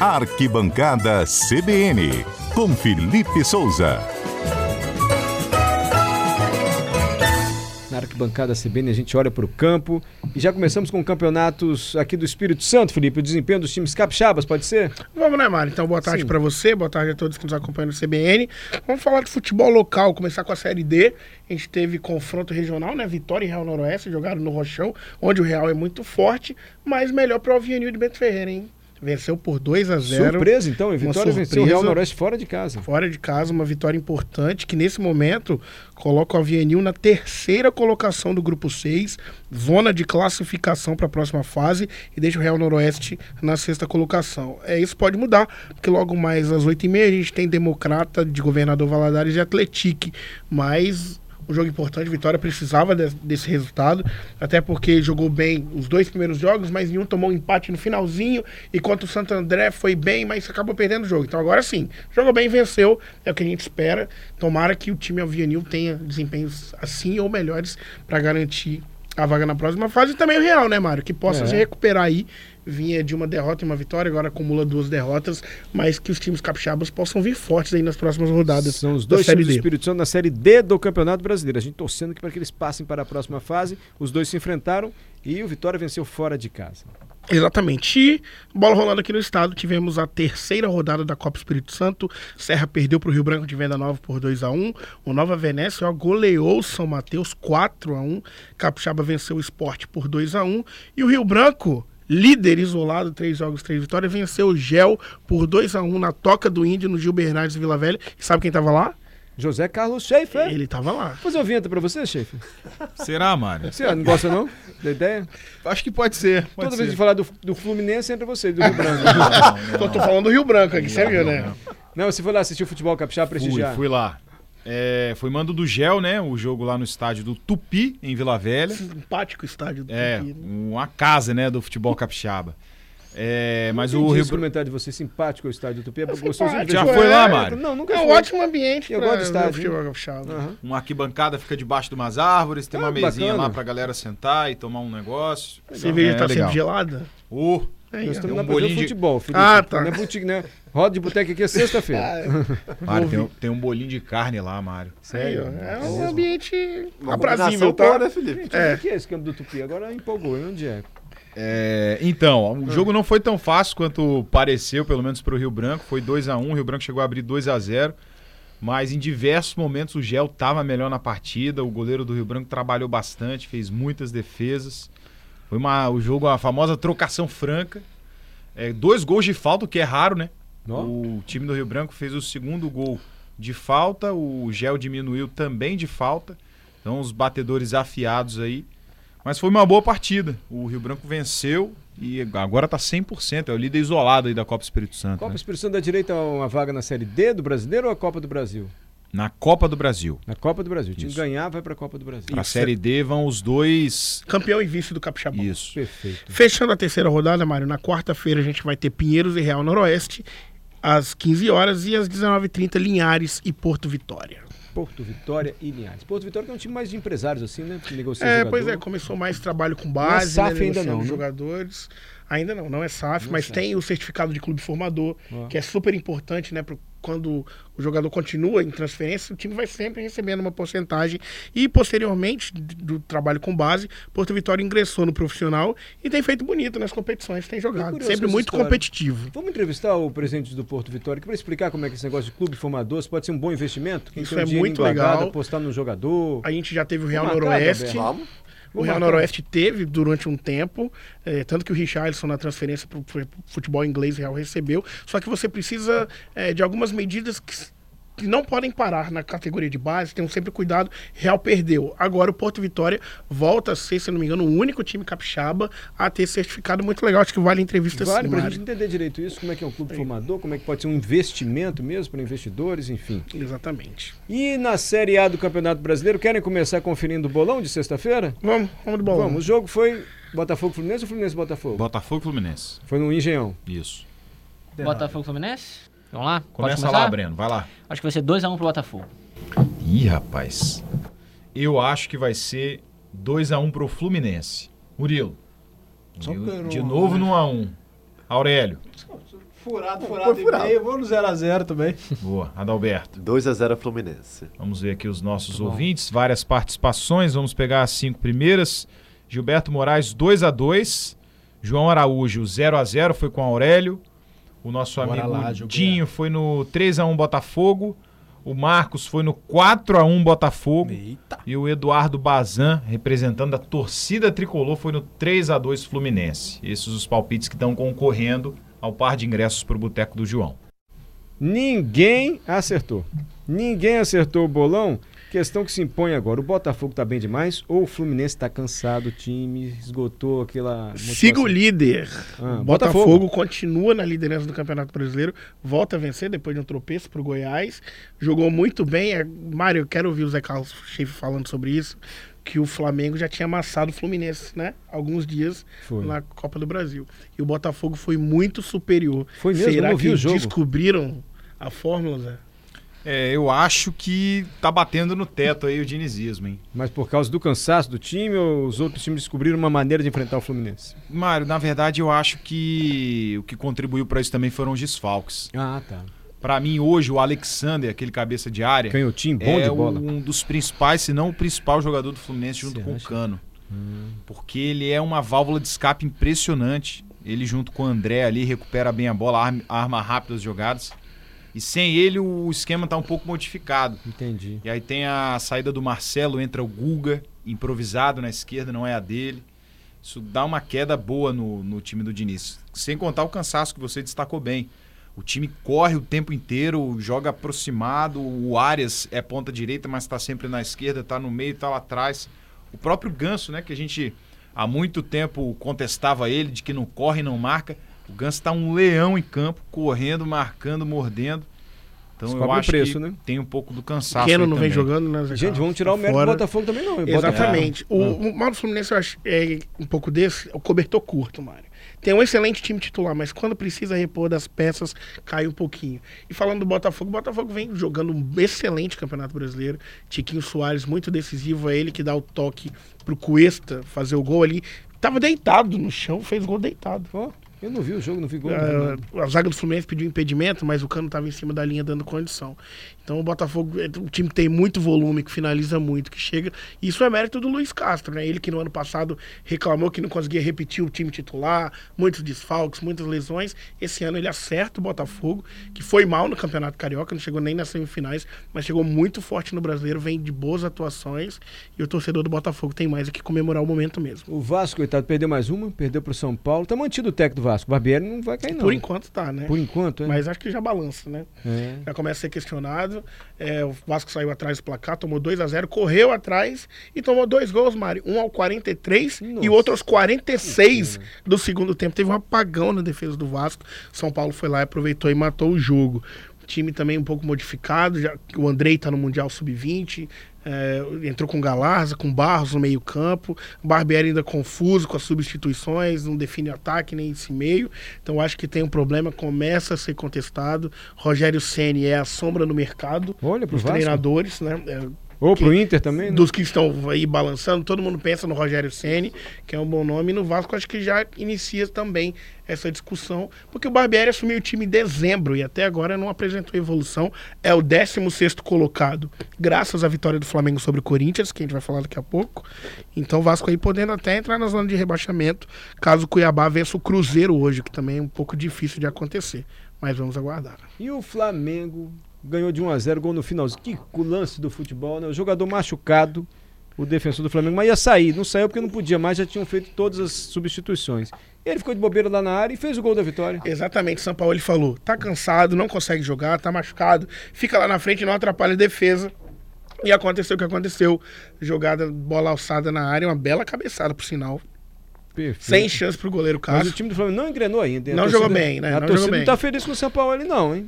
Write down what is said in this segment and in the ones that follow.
Arquibancada CBN, com Felipe Souza. Na arquibancada CBN a gente olha para o campo e já começamos com campeonatos aqui do Espírito Santo, Felipe. O desempenho dos times capixabas, pode ser? Vamos, né, Mari? Então, boa tarde Sim. pra você, boa tarde a todos que nos acompanham no CBN. Vamos falar de futebol local, começar com a Série D. A gente teve confronto regional, né? Vitória e Real Noroeste jogaram no Rochão, onde o Real é muito forte, mas melhor para o Avenil de Bento Ferreira, hein? Venceu por 2 a 0 Surpresa então, e Uma Vitória venceu o Real surpresa. Noroeste fora de casa. Fora de casa, uma vitória importante que nesse momento coloca o Avienil na terceira colocação do grupo 6, zona de classificação para a próxima fase e deixa o Real Noroeste na sexta colocação. É, isso pode mudar, porque logo mais às 8h30 a gente tem Democrata de Governador Valadares e Atletique, mas um jogo importante, Vitória precisava de- desse resultado, até porque jogou bem os dois primeiros jogos, mas nenhum tomou um empate no finalzinho, e contra o Santo André foi bem, mas acabou perdendo o jogo. Então agora sim, jogou bem, venceu, é o que a gente espera. Tomara que o time Alvianil tenha desempenhos assim ou melhores para garantir a vaga na próxima fase e também o Real, né, Mário? Que possa É. se recuperar aí. Vinha de uma derrota e uma vitória, agora acumula duas derrotas, mas que os times capixabas possam vir fortes aí nas próximas rodadas. São os da dois Série times do D. Espírito Santo na Série D do Campeonato Brasileiro. A gente torcendo aqui para que eles passem para a próxima fase. Os dois se enfrentaram e o Vitória venceu fora de casa. Exatamente. E bola rolando aqui no estado, tivemos a terceira rodada da Copa Espírito Santo. Serra perdeu para o Rio Branco de Venda Nova por 2 a 1 O Nova Venécia ó, goleou o São Mateus 4 a 1 Capixaba venceu o Esporte por 2 a 1 E o Rio Branco, líder isolado, três jogos, três vitórias, venceu o Gel por 2 a 1 na Toca do Índio, no Gil Bernardes Vila Velha. E sabe quem estava lá? José Carlos Schaefer. É. Ele estava lá. Vou fazer uma vinheta para você, Schaefer. Será, Mário? Você não gosta não da ideia? Acho que pode ser. Pode Toda ser. vez que falar do, do Fluminense, entra você, do Rio Branco. Então, tô falando do Rio Branco aqui, você viu, né? não, você foi lá assistir o futebol capixaba Fui, prestigiar. fui lá. É, foi mando do gel, né? O jogo lá no estádio do Tupi, em Vila Velha. Simpático estádio do É, Tupi, né? uma casa, né, do futebol capixaba. É, mas Entendi o Rio esse Branco. comentário de você, simpático ao estádio do Tupi, é gostoso de Simpático, ver. Já jogo. foi lá, é. Mário? Não, nunca É um fui. ótimo ambiente Eu pra gosto do ver estádio, futebol capixaba. Aham. Uma arquibancada fica debaixo de umas árvores, tem Ah, uma mesinha bacana. lá pra galera sentar e tomar um negócio. Cerveja É, tá legal. sempre gelada? Ô, Aí, Nós ó. estamos um na Brasil bolinho de- Futebol, Felipe. Ah, tá. Não é boutique, né? Roda de boteca aqui é Ah, sexta-feira. Mário, tem, um- tem um bolinho de carne lá, Mário. Aí, ó. É um mesmo. ambiente Uma aprazível, combinação tá? boa, né, Felipe? Gente, É. onde que é esse campo do Tupi? Agora empolgou, hein? onde é? É, então, o jogo não foi tão fácil quanto pareceu, pelo menos para o Rio Branco. Foi 2 a 1 o Rio Branco chegou a abrir 2 a 0 Mas em diversos momentos o Gel estava melhor na partida. O goleiro do Rio Branco trabalhou bastante, fez muitas defesas. Foi uma, o jogo, a famosa trocação franca. É, dois gols de falta, o que é raro, né? Ó. O time do Rio Branco fez o segundo gol de falta, o Gel diminuiu também de falta. Então os batedores afiados aí. Mas foi uma boa partida. O Rio Branco venceu e agora tá 100%, é o líder isolado aí da Copa Espírito Santo. Copa né? Espírito Santo da direita uma vaga na Série D do Brasileiro ou a Copa do Brasil? Na Copa do Brasil. Na Copa do Brasil. O time Isso. ganhar vai pra Copa do Brasil. Pra Série D vão os dois. Campeão e vice do Capixabão. Isso. Perfeito. Fechando a terceira rodada, Mário, na quarta-feira a gente vai ter Pinheiros e Real Noroeste, às 15 horas e às 19h30 Linhares e Porto Vitória. Porto Vitória e Linhares. Porto Vitória que é um time mais de empresários, assim, né? Que negocia É, jogador. pois é, começou mais trabalho com base, Não é SAF ainda negociando não, né? jogadores. Ainda não, não é SAF, Não é mas SAF. Ah. tem o certificado de clube formador, Ó. que é super importante, né? pro- quando o jogador continua em transferência, o time vai sempre recebendo uma porcentagem. E posteriormente d- do trabalho com base, Porto Vitória ingressou no profissional e tem feito bonito nas competições, tem jogado. curioso Sempre essa muito história. competitivo. Vamos entrevistar o presidente do Porto Vitória aqui pra explicar como é que esse negócio de clube formador isso pode ser um bom investimento? Quem Isso tem um é dinheirinho muito guardado, legal. Apostar no jogador. A gente já teve o Real marcar, Noroeste. Gabriel. Vamos. O Real marcar. Noroeste teve durante um tempo, eh, tanto que o Richarlison na transferência para o futebol inglês Real recebeu. Só que você precisa eh, de algumas medidas que, s- que não podem parar na categoria de base, tenham sempre cuidado. Real perdeu. Agora o Porto Vitória volta a ser, se não me engano, o único time capixaba a ter certificado muito legal. Acho que vale a entrevista Vale sim, pra Mário. gente entender direito isso, como é que é um clube formador, como é que pode ser um investimento mesmo para investidores, enfim. Exatamente. E na Série A do Campeonato Brasileiro, querem começar conferindo o bolão de sexta-feira? Vamos, vamos do bolão. Vamos, o jogo foi Botafogo Fluminense ou Fluminense Botafogo? Botafogo e Fluminense. Foi no Engenhão. Isso. Botafogo e Fluminense? Vamos lá? Pode Começa começar? lá, Breno. Vai lá. Acho que vai ser 2x1 pro Botafogo. Ih, rapaz. Eu acho que vai ser 2 a 1 pro Fluminense. Murilo. Só Eu- quero de um, novo né? no 1 a 1. Aurélio. Furado, furado, e meio. Vou no 0x0 também. Boa, Adalberto. 2x0 Fluminense. Vamos ver aqui os nossos Tá ouvintes, várias participações. Vamos pegar as cinco primeiras. Gilberto Moraes, 2 a 2 João Araújo, 0 a 0 foi com Aurélio. O nosso Bora amigo lá, Gilberto. Dinho foi no 3 a 1 Botafogo. O Marcos foi no 4 a 1 Botafogo. Eita. E o Eduardo Bazan, representando a torcida tricolor, foi no 3 a 2 Fluminense. Esses os palpites que estão concorrendo ao par de ingressos para o Boteco do João. Ninguém acertou. Ninguém acertou o bolão. Questão que se impõe agora: o Botafogo tá bem demais ou o Fluminense tá cansado? O time esgotou aquela. motivação? Siga o líder. Ah, Botafogo. Botafogo. continua na liderança do Campeonato Brasileiro, volta a vencer depois de um tropeço pro Goiás. Jogou muito bem. É, Mário, eu quero ouvir o Zé Carlos Schiff falando sobre isso. Que o Flamengo já tinha amassado o Fluminense, né? Alguns dias Foi. na Copa do Brasil. E o Botafogo foi muito superior. Foi mesmo? Eu Será não vi que o jogo. descobriram a fórmula, Zé? É, eu acho que tá batendo no teto aí o dinizismo, hein? Mas por causa do cansaço do time ou os outros times descobriram uma maneira de enfrentar o Fluminense? Mário, na verdade eu acho que o que contribuiu para isso também foram os desfalques. Ah, tá. Para mim hoje o Alexander, aquele cabeça de área, Canhotinho, bom de é bola. um dos principais, se não o principal jogador do Fluminense junto Você com acha? Hum. o Cano. Porque ele é uma válvula de escape impressionante. Ele junto com o André ali recupera bem a bola, arma, arma rápido as jogadas. E sem ele o esquema tá um pouco modificado. Entendi. E aí tem a saída do Marcelo, entra o Guga, improvisado na esquerda, não é a dele. Isso dá uma queda boa no, no time do Diniz. Sem contar o cansaço que você destacou bem. O time corre o tempo inteiro, joga aproximado. O Arias é ponta direita, mas está sempre na esquerda, está no meio, está lá atrás. O próprio Ganso, né, que a gente há muito tempo contestava ele, de que não corre, não marca. O Ganso está um leão em campo, correndo, marcando, mordendo. Então Isso eu cobra o acho preço, que né? tem um pouco do cansaço. Pequeno aí não vem também. jogando, né, Zé Gente, Carlos? vamos tirar Tá o mérito fora. do Botafogo também, não. O Botafogo- Exatamente. O, o mal do Fluminense eu acho é um pouco desse, é o cobertor curto, Mário. Tem um excelente time titular, mas quando precisa repor das peças, cai um pouquinho. E falando do Botafogo, o Botafogo vem jogando um excelente Campeonato Brasileiro. Tiquinho Soares, muito decisivo, é ele que dá o toque pro Cuesta fazer o gol ali. Tava deitado no chão, fez gol deitado. Ó, eu não vi o jogo, não vi gol. não vi nada. Ah, a zaga do Fluminense pediu impedimento, mas o Cano estava em cima da linha dando condição. Então o Botafogo é um time que tem muito volume, que finaliza muito, que chega. Isso é mérito do Luiz Castro, né? Ele que no ano passado reclamou que não conseguia repetir o time titular, muitos desfalques, muitas lesões. Esse ano ele acerta o Botafogo, que foi mal no Campeonato Carioca, não chegou nem nas semifinais, mas chegou muito forte no Brasileiro, vem de boas atuações e o torcedor do Botafogo tem mais o que comemorar o momento mesmo. O Vasco, coitado, perdeu mais uma, perdeu pro São Paulo. Tá mantido o técnico do Vasco. O Barbieri não vai cair, não. Por enquanto tá, né? Por enquanto, é. Mas acho que já balança, né? É. já começa a ser questionado. É, o Vasco saiu atrás do placar, tomou 2 a 0 correu atrás e tomou dois gols, Mário. Um ao 43 Nossa. e o outro aos 46 do segundo tempo. Teve um apagão na defesa do Vasco. São Paulo foi lá, aproveitou e matou o jogo. O time também um pouco modificado, já que o Andrei tá no Mundial Sub-20. é, entrou com Galarza, com Barros no meio-campo, Barbieri ainda confuso com as substituições, não define ataque nem esse meio. Então acho que tem um problema, começa a ser contestado. Rogério Ceni é a sombra no mercado. Olha, pro os Vasco. treinadores, né? É, Ou pro que- Inter também, né? dos que estão aí balançando, todo mundo pensa no Rogério Ceni, que é um bom nome, e no Vasco acho que já inicia também essa discussão, porque o Barbieri assumiu o time em dezembro e até agora não apresentou evolução, é o 16º colocado, graças à vitória do Flamengo sobre o Corinthians, que a gente vai falar daqui a pouco. Então o Vasco aí podendo até entrar na zona de rebaixamento, caso o Cuiabá vença o Cruzeiro hoje, que também é um pouco difícil de acontecer, mas vamos aguardar. E o Flamengo ganhou de 1 a 0 gol no finalzinho. Que cu- lance do futebol, né? O jogador machucado, o defensor do Flamengo, mas ia sair. Não saiu porque não podia mais, já tinham feito todas as substituições. Ele ficou de bobeira lá na área e fez o gol da vitória. Exatamente, São Paulo ele falou: tá cansado, não consegue jogar, tá machucado, fica lá na frente, não atrapalha a defesa. E aconteceu o que aconteceu. Jogada, bola alçada na área, uma bela cabeçada, por sinal. Perfeito. Sem chance pro goleiro Mas Cássio. o time do Flamengo não engrenou ainda. hein? A Não jogou bem, né? A Não torcida jogou não bem. tá feliz com o São Paulo, ele não, hein?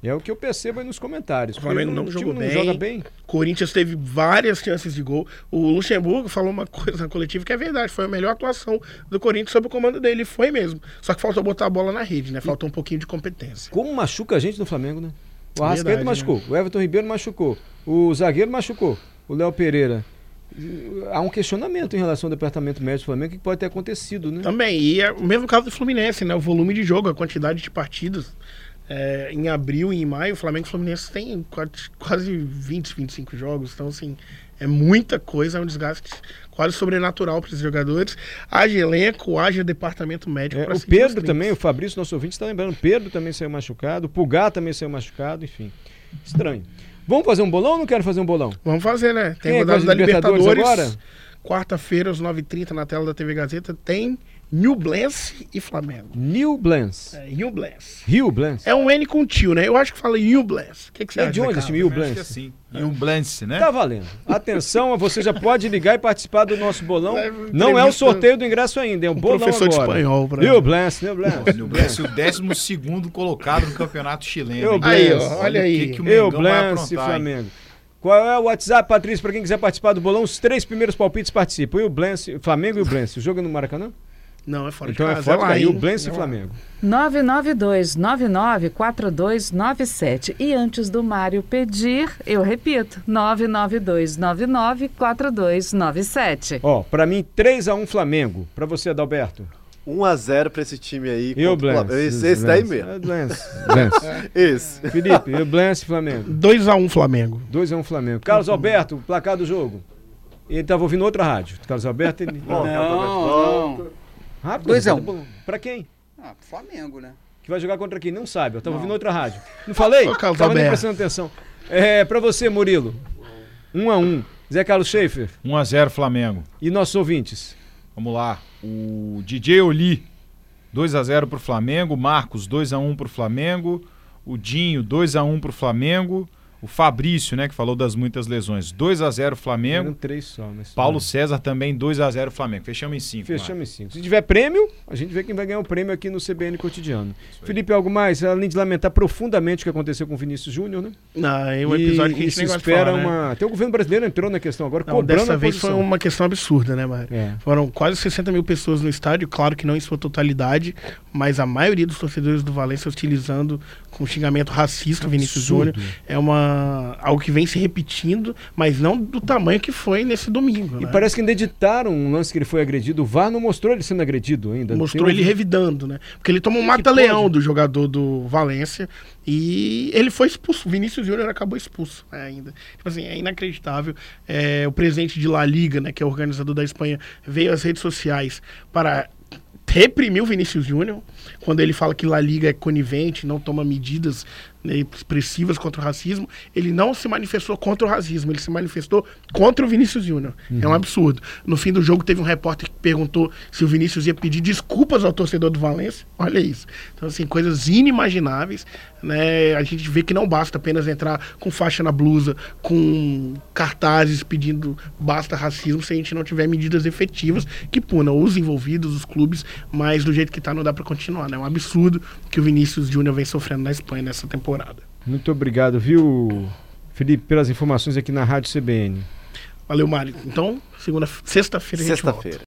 É o que eu percebo aí nos comentários. O Flamengo não jogou time bem. Não joga bem. Corinthians teve várias chances de gol. O Luxemburgo falou uma coisa na coletiva que é verdade. Foi a melhor atuação do Corinthians sob o comando dele. Foi mesmo. Só que faltou botar a bola na rede, né? Faltou um pouquinho de competência. Como machuca a gente no Flamengo, né? O Arrascaeta Verdade, machucou, o Everton Ribeiro machucou, o zagueiro machucou, o Léo Pereira. há um questionamento em relação ao departamento médico do Flamengo que pode ter acontecido, né? Também, e é o mesmo caso do Fluminense, né? O volume de jogo, a quantidade de partidas. É, em abril e em maio, o Flamengo e o Fluminense tem quase, quase 20, 25 jogos. Então, assim, é muita coisa, é um desgaste quase sobrenatural para os jogadores. Haja elenco, haja departamento médico. É, pra o seguir os Pedro trinques. também, o Fabrício, nosso ouvinte, está lembrando. O Pedro também saiu machucado, o Pulgar também saiu machucado, enfim. Estranho. Vamos fazer um bolão ou não quero fazer um bolão? Vamos fazer, né? Quem Tem é a rodada coisa da de Libertadores Libertadores. agora? Quarta-feira, às 9h30, na tela da TV Gazeta, tem New Blance e Flamengo. New Blance. É, New Blance. Rio Blance. É um N com tio, né? Eu acho que fala New Blance. O né? que, que você É acha? de onde Carlos? esse New Acho que é Blance? assim. E o Blance, né? Tá valendo. Atenção, você já pode ligar e participar do nosso bolão. É, Não é o entrevista- sorteio do ingresso ainda, é um bolão professor de agora. espanhol pra- New Blance, New Pô, Blance. New Blance, o 12 colocado no campeonato chileno. Eu hein? Blance. Aí, ó, Olha olha o aí. que que o Eu, Mengão vai Blance, aprontar, hein? Flamengo. Qual é o WhatsApp, Patrícia, para quem quiser participar do bolão? Os três primeiros palpites participam. E o Blance, Flamengo e o Blance. O jogo é no Maracanã? Não, é fora Então de é casa. forte lá, aí, o um. hein? Blance É e lá. Flamengo. 992994297. E antes do Mário pedir, eu repito, 992994297. Ó, para mim, 3x1 Flamengo. Para você, Adalberto. 1x0 pra esse time aí. E o contra o Blance. Flamengo. Esse, esse daí mesmo. É, Blance. Blance. Esse. Felipe, e o Blance, Flamengo. 2x1 Flamengo. 2x1 Flamengo. Carlos Alberto, placar do jogo. Ele tava ouvindo outra rádio. Carlos Alberto, ele... Não, um. não. Rápido. 2x1. Pra quem? Ah, Flamengo, né? que vai jogar contra quem? Não sabe, eu tava Não. ouvindo outra rádio. Não falei? Ô, Carlos tava nem Alberto. prestando atenção. É, pra você, Murilo. Um a um. Zé Carlos Schaefer 1 a 0 Flamengo. e nossos ouvintes. Vamos lá. O DJ Oli 2 a 0 pro Flamengo, Marcos 2 a 1 pro Flamengo, o Dinho 2 a 1 pro Flamengo, o Fabrício, né, que falou das muitas lesões, 2 a 0 Eram Flamengo. três só, mas. Paulo César também 2 a 0 Flamengo. Fechamos em 5. Fechamos em cinco. Se tiver prêmio, a gente vê quem vai ganhar o prêmio aqui no CBN Cotidiano. Felipe, algo mais? Além de lamentar profundamente o que aconteceu com o Vinícius Júnior, né? Não, é um E- episódio que a e gente se nem gosta de espera falar, né? uma. Até o governo brasileiro entrou na questão agora, Não, cobrando dessa a vez foi posição. uma questão absurda, né, Mário? É. Foram quase 60 mil pessoas no estádio, claro que não em sua totalidade, mas a maioria dos torcedores do Valência utilizando com xingamento racista o Vinícius Júnior. É uma algo que vem se repetindo, mas não do tamanho que foi nesse domingo. E né? parece que ainda editaram um lance que ele foi agredido. O VAR não mostrou ele sendo agredido ainda. Mostrou Tem um- ele revidando, né? Porque ele tomou um mata-leão do jogador do Valência e ele foi expulso. O Vinícius Júnior acabou expulso né, ainda. Tipo assim, é inacreditável. É, o presidente de La Liga, né, que é o organizador da Espanha, veio às redes sociais para reprimir o Vinícius Júnior quando ele fala que La Liga é conivente, não toma medidas né, expressivas contra o racismo. Ele não se manifestou contra o racismo, ele se manifestou contra o Vinícius Júnior. É um absurdo. No fim do jogo, teve um repórter que perguntou se o Vinícius ia pedir desculpas ao torcedor do Valência. Olha isso. Então, assim, coisas inimagináveis. Né? A gente vê que não basta apenas entrar com faixa na blusa, com cartazes pedindo basta racismo, se a gente não tiver medidas efetivas que punam os envolvidos, os clubes, mas do jeito que tá não dá pra continuar, né? É um absurdo que o Vinícius Júnior vem sofrendo na Espanha nessa temporada. Muito obrigado, viu, Felipe, pelas informações aqui na Rádio CBN. Valeu, Mário. Então, segunda, sexta-feira a gente volta. Sexta-feira.